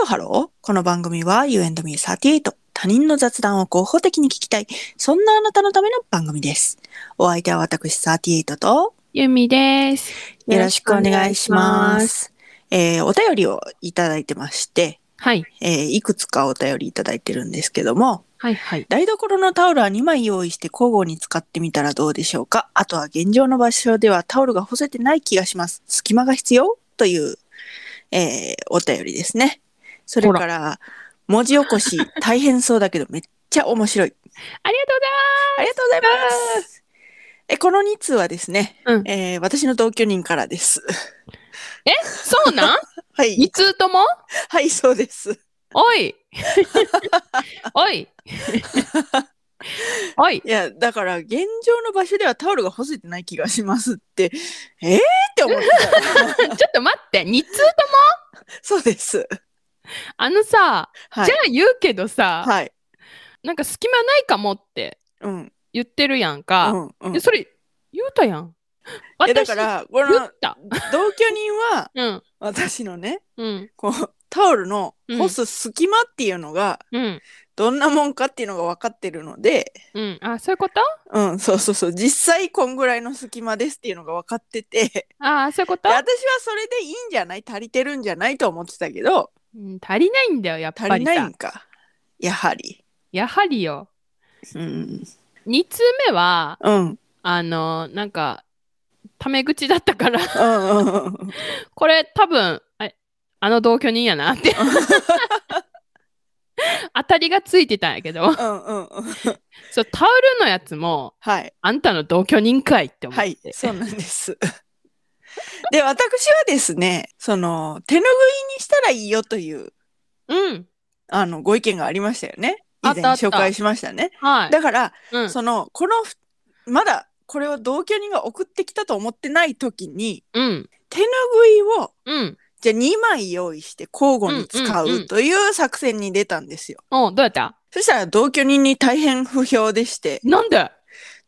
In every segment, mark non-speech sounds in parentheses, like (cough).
ロハローこの番組は You and me38 他人の雑談を合法的に聞きたいそんなあなたのための番組ですお相手は私38とゆみです。よろしくお願いしますえーお便りをいただいてまして、はい。えーいくつかお便りいただいてるんですけどもはいはい。台所のタオルは2枚用意して交互に使ってみたらどうでしょうかあとは現状の場所ではタオルが干せてない気がします隙間が必要という、えーお便りですねそれから文字起こし大変そうだけどめっちゃ面白いありがとうございありがとうございますえこの2通はですね、うんえー私の同居人からですます。そうなんは二い通ともはいそうですお (laughs) いおいおいいやだから現状の場所ではタオルが干せてない気がしますってえー、って思ってちょっと待って。二通とた (laughs) そうですあのさ、はいじゃあ言うけどさ、はい。なんか隙間ないかもってうん。言ってるやんうか。ん。うんでそれ言うたやん。えだ私か言っら、このた。同居人は、 (laughs) うん。私のね、うん。こう、タオルのうん干す隙間っていうのが、うん。どんなもんかっていうのが分かってるので、うん。あ、そういうことうん、そうそうそう、実際こんぐらいの隙間ですっていうのが分かってて、であーそういうこと私はそれでいいんじゃない足りてるんじゃないと思ってたけど、うん足りないんだよ、やっ足ぱりりないさん。か。やはり。やはりよ。うん。 2通目はうん。うんあのなんかタメ口だったから (laughs) うんうんうん。これ多分ああの同居人やなって (laughs) 当たりがついてたんやけどうんうんうん。そうタオルのやつもはい。あんたの同居人かいって思って、はい、そうなんです。 (laughs) で、私はですね、その、手拭いにしたらいいよという、うんあの、ご意見がありましたよね。以あっ前たあった紹介しましたね。はいだから、うんその、このふ、まだ、これを同居人が送ってきたと思ってない時に、うん手拭いを、うんじゃあ2枚用意して交互に使うんうんううんという作戦に出たんですよ。おうどうやったそしたら同居人に大変不評でして、なんで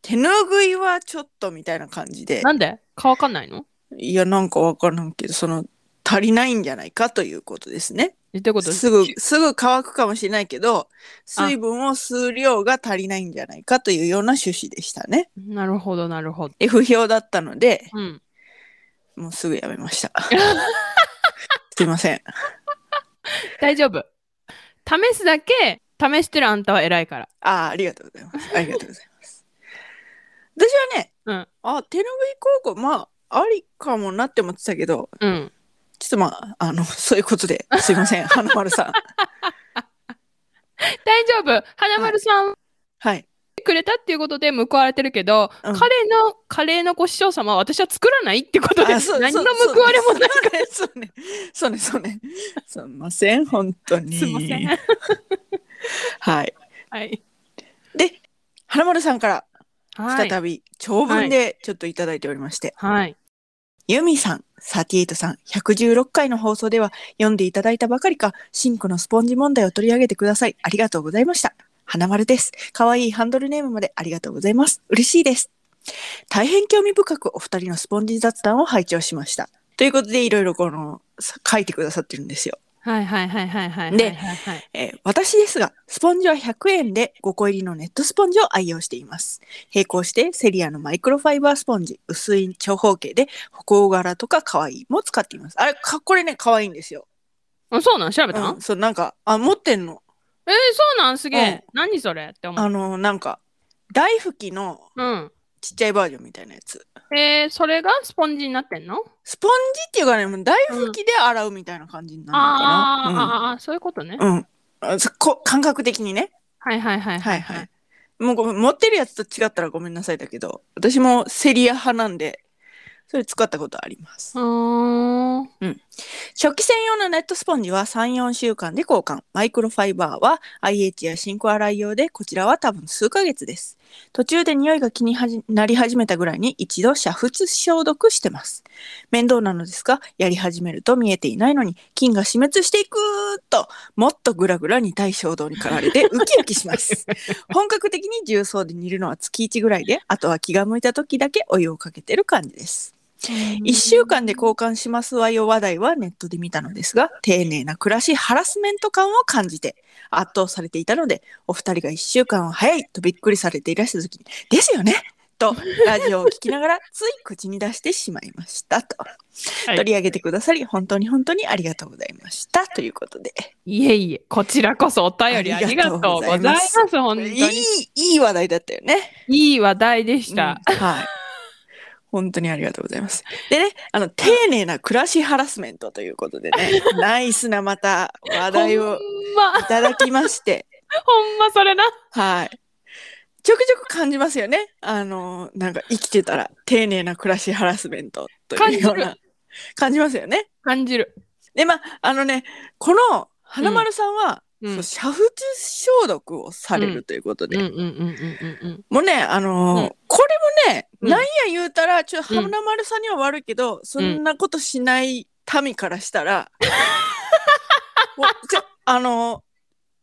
手拭いはちょっとみたいな感じで、なんで乾かないのいや、なんかわからんけど、その、足りないんじゃないかということですね。えどういうことすぐ、すぐ乾くかもしれないけど、水分を吸う量が足りないんじゃないかというような趣旨でしたね。なるほどなるほどで、不評だったので、うんもうすぐやめました。 (laughs) すいません。大丈夫試すだけ試してるあんたは偉いからああ、ありがとうございます。ありがとうございます。私はね、うんあ、手拭い高校、まあ、ありかもなって思ってたけど、うんちょっとまあ、あの、そういうことで、すいません。花丸さん。大丈夫花丸さんはい。くれたっていうことで報われてるけど、うんカレーのカレーのご師匠様は私は作らないってことであすそう何そのう報われもない (laughs) そうねそうねそうねそうねすいません本当にすいませんはいはい、で花丸さんからはい、再び長文でちょっといただいておりまして、はいユミさん、サティエイトさん、116回の放送では読んでいただいたばかりか、シンクのスポンジ問題を取り上げてください。ありがとうございました。花丸です。可愛いハンドルネームまでありがとうございます。嬉しいです。大変興味深くお二人のスポンジ雑談を拝聴しました。ということで、いろいろこの、さ書いてくださってるんですよ。はいはいはいはいはいではいはいえー私ですが、スポンジは100円で5個入りのネットスポンジを愛用しています。並行して、セリアのマイクロファイバースポンジ、薄い長方形で、歩行柄とか可愛いも使っています。あれ、かこれね、可愛いんですよ。あそうなん調べたん、うん、そう、なんか、あ、持ってんの。えー、そうなんすげえ、うん何それって思あうの、なんか、大吹きのうんちっちゃいバージョンみたいなやつ。えー、それがスポンジになってんのスポンジっていうかね、もう大吹きで洗うみたいな感じになるのかな。あー、あーあーそういうことね、うん。うんあそこ感覚的にね。はいはいはいはいはい。もうごめん持ってるやつと違ったらごめんなさいだけど、私もセリア派なんで、それ使ったことありますう。ーん食器専用のネットスポンジは3、4週間で交換。マイクロファイバーは IH やシンク洗い用で、こちらは多分数ヶ月です。途中で匂いが気にはじなり始めたぐらいに一度煮沸消毒してます。面倒なのですが、やり始めると見えていないのに、菌が死滅していくーと、もっとグラグラに対衝動に駆られてウキウキします。本格的に重曹で煮るのは月1ぐらいで、あとは気が向いた時だけお湯をかけてる感じです。 1週間で交換しますわよ話題はネットで見たのですが丁寧な暮らしハラスメント感を感じて圧倒されていたのでお二人が1週間は早いとびっくりされていらした時に「ですよね!」とラジオを聞きながらつい口に出してしまいましたと、はい取り上げてくださり本当に本当にありがとうございましたということでいえいえ、こちらこそお便りありがとうございます。本当いにいいい話題だったよね。いい話題でした。うんはい。本当にありがとうございます。でね、あの、丁寧な暮らしハラスメントということで (laughs) ね、ナイスなまた話題ほをんま、いただきまして、ほんまそれな。はい。ちょくちょく感じますよね。あの、なんか生きてたら丁寧な暮らしハラスメントというような感感じますよね。感じる。で、まあ、あのね、この花丸さんは、うんうんそう煮沸消毒をされるということでうん、うんうんうんうんうん。もうね、あのーうんこれもね、うんなんや言うたら、ちょっとうん花丸さんには悪いけど、そんなことしない民からした (laughs) ら、もうちょあのー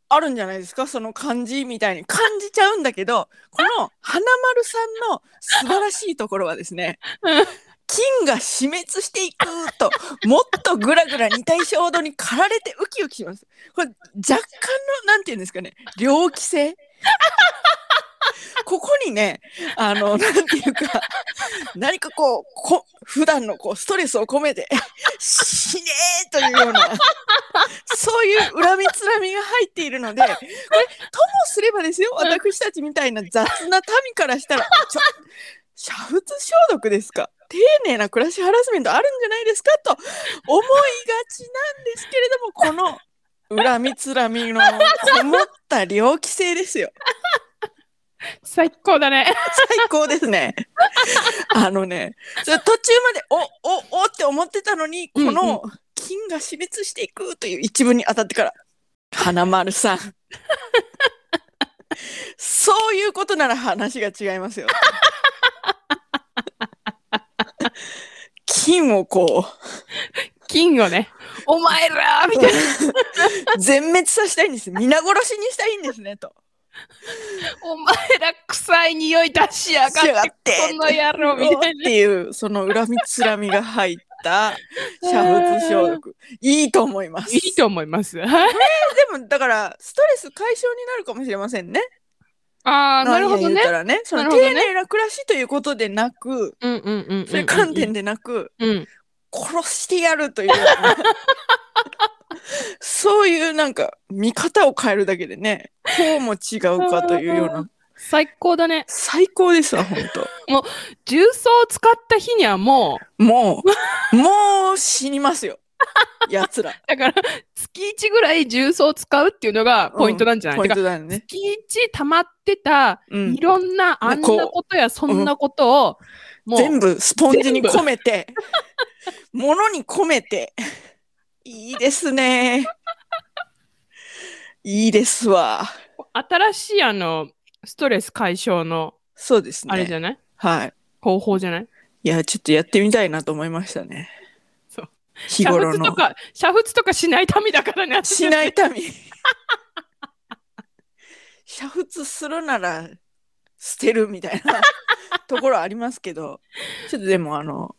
あるんじゃないですかその感じみたいに感じちゃうんだけどこの花丸さんの素晴らしいところはですねうん菌が死滅していくともっとグラグラ二対衝動に駆られてウキウキしますこれ若干のなんていうんですかね猟奇性ここにねあの (laughs) なんていうか何かこうこ普段のこうストレスを込めて死ねーというようなそういう恨みつらみが入っているのでこれともすればですよ私たちみたいな雑な民からしたらちょ煮沸消毒ですか丁寧な暮らしハラスメントあるんじゃないですかと思いがちなんですけれどもこの恨みつらみのこもった猟奇性ですよ最高だね。最高ですね。 (laughs) あのね、それ途中までおおおって思ってたのに、こうんうの金が死滅していくという一文に当たってから、花丸さん。 (laughs) そういうことなら話が違いますよ。金をこ金をね、お前らみたいな、う (laughs) 全滅させたいんです皆殺しにしたいんですねと。お前ら臭い匂い出しやがっ、しやがっててこの野郎みたい (laughs) っていうその恨みつらみが入 (laughs) った煮沸消毒いいと思いまな。すいいと思います。 (laughs) はいでもだからストレス解消になるかもしれませんねああ、なるほど何や言うねた。らねそのなるほど丁ね寧な暮らしということでなくうんうんうんうんうん。そういう観点でなくうん。殺してやるというようなそういうなんか見方を変えるだけでねこうも違うかというような最高だね。最高ですわ本当重曹を使った日にはもう、もうもう死にますよやつ (laughs) らだから、月1ぐらい重曹を使うっていうのがポイントなんじゃない、ポインてトかだよね。月1溜まってた、うんいろんなあんなことやそんなことを、もう、全部スポンジに全部込めて物に込めていいですねいいですわ新しいあの、ストレス解消の、そうですねあれじゃない、はい方法じゃないいやちょっとやってみたいなと思いましたねそう日頃煮沸とのか、煮沸とかしない民だからね。私しないため煮沸するなら捨てるみたいなところありますけどちょっとでもあの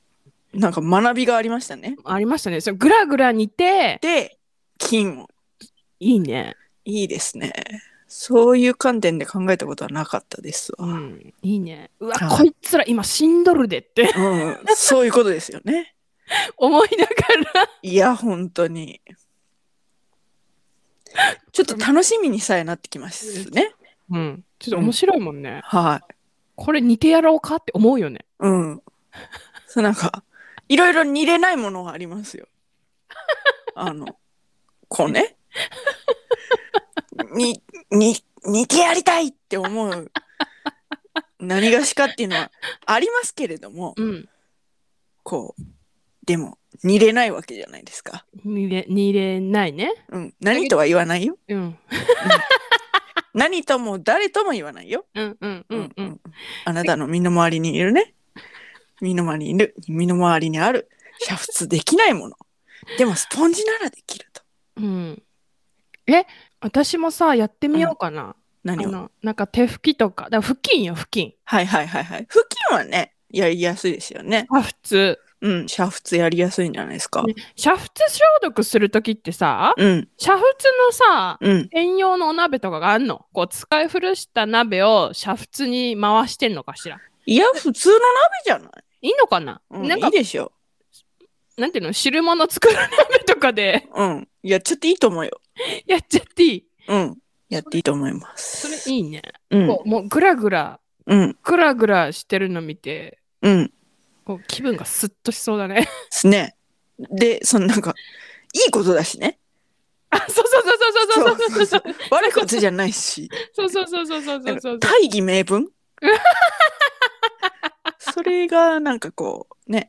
なんか学びがありましたねありましたね。そのグラグラ煮て、で金をいいね。いいですね。そういう観点で考えたことはなかったですうわ。ん。いいね。うわ、はいこいつら今死んどるでって (laughs) うん、そういうことですよね。思いながら。いや、本当に。ちょっと楽しみにさえなってきますね。うん。ちょっと面白いもんね。はい。これ似てやろうかって思うよね。うん。そうなんか、いろいろ煮れないものはありますよ。あの、こうね。に、に、似てやりたいって思う。何がしかっていうのはありますけれども、うん。こう、でも、煮れないわけじゃないですか。似れ、似れないね。うん。何とは言わないよ。うん。何とも誰とも言わないよ。うんうんうんうん。あなたの身の回りにいるね。身の回りにいる。身の回りにある。煮沸できないもの。でも、スポンジならできると。うん。え、私もさ、やってみようかな。何あを。の、なんか手拭きとか。だから、布巾よ、布巾。はいはいはいはい。布巾はね、やりやすいですよね。あ、普通。うん、煮沸やりやすいんじゃないですか。ね煮沸消毒するときってさ、うん、煮沸のさ、うん。専用のお鍋とかがあんのこう使い古した鍋を煮沸に回してんのかしらいや、普通の鍋じゃない、いいのかな、うん、なんかいいでしょ。なんていうの汁物作る鍋とかで (laughs) うん。やっちゃっていいと思うよ。やっちゃっていいうん。やっていいと思います。それいいね、うんこ。うもうグラグラうん。グラグラしてるの見てうん。こう気分がスッとしそうだねすね。で、そのなんか、いいことだしね。あそうそうそうそうそうそうそうそう悪いことじゃないし。そうそうそうそうそうそうそう大義名 (laughs) 分それがなんかこうね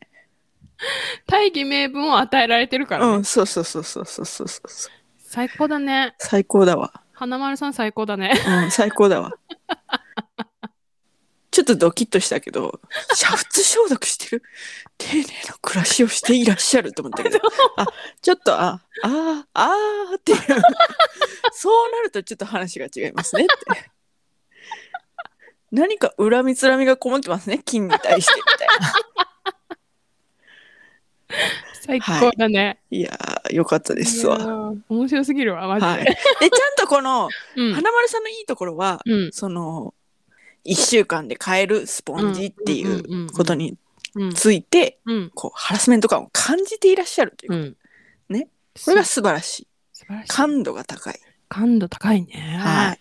大義名分を与えられてるから、ねうんそうそうそうそうそうそうそう最高だね最高だわ、花丸さん最高だねうん、最高だわちょっとドキッとしたけど煮沸消毒してる丁寧な暮らしをしていらっしゃると思ったけどあちょっとああああーっていうそうなるとちょっと話が違いますねって何か恨みつらみがこもってますね金に対してみたいな最高だね、いやー、よかったですいやわ。ー面白すぎるわマジで、はい。で、ちゃんとこの、うん花丸さんのいいところは、うんその、1週間で買えるスポンジっていんうんうんうんうことにうんついて、うんこう、ハラスメント感を感じていらっしゃるというう。んねこれが素素晴らしい。素晴らしい感度が高い。感度高いねはい。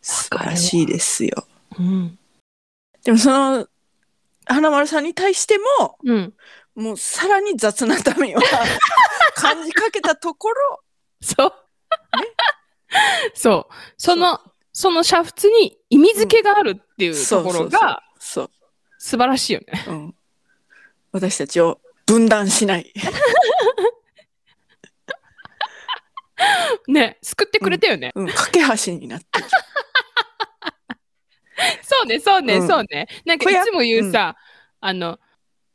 素晴らしいですよ。うんでもその、花丸さんに対しても、うんもうさらに雑なためには (laughs) 感じかけたところ、そう (laughs) そうそのその煮沸に意味付けがあるっていうそとうこそろうそうがそう。素晴らしいよねうん、私たちを分断しないね救ってくれたよね、うん、架け橋になってるそうねそうね、うんそうねなんかいつも言うさ、あの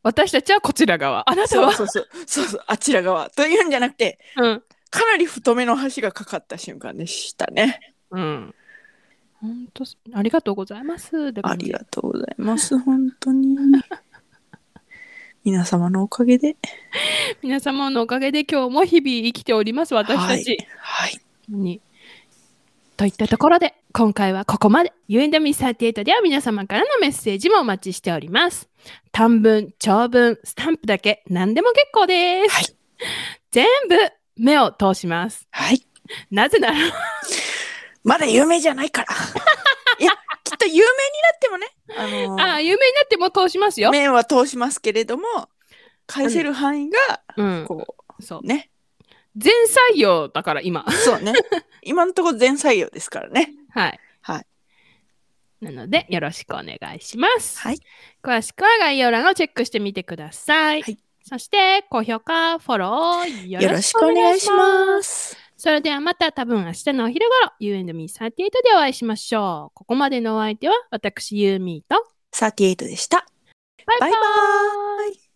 私たちはこちら側あなたそうはそうそうそうそうあちら側というんじゃなくてうんかなり太めの橋がかかった瞬間でしたねうん本当ありがとうございますでありがとうございます本当 (laughs) に皆様のおかげで皆様のおかげで今日も日々生きております私たち、はいに。といったところで今回はここまで U&Me38 では皆様からのメッセージもお待ちしております短文長文スタンプだけ何でも結構です、はい全部目を通しますはいなぜならまだ有名じゃない (laughs) からいやきっと有名になってもねあああ有名になっても通しますよの、面は通しますけれども返せる範囲がうん、こそううね全採用だから今 (laughs) そうね。今のところ全採用ですからね。はいはいなのでよろしくお願いしますはい。詳しくは概要欄をチェックしてみてください。はいそして、高評価、フォローよ。よろしくお願いしますす。それではまた多分明日のお昼頃、You and Me38 でお会いしましょう。ここまでのお相手は私、ユーミーと、 38でした。バイババイバイーイ。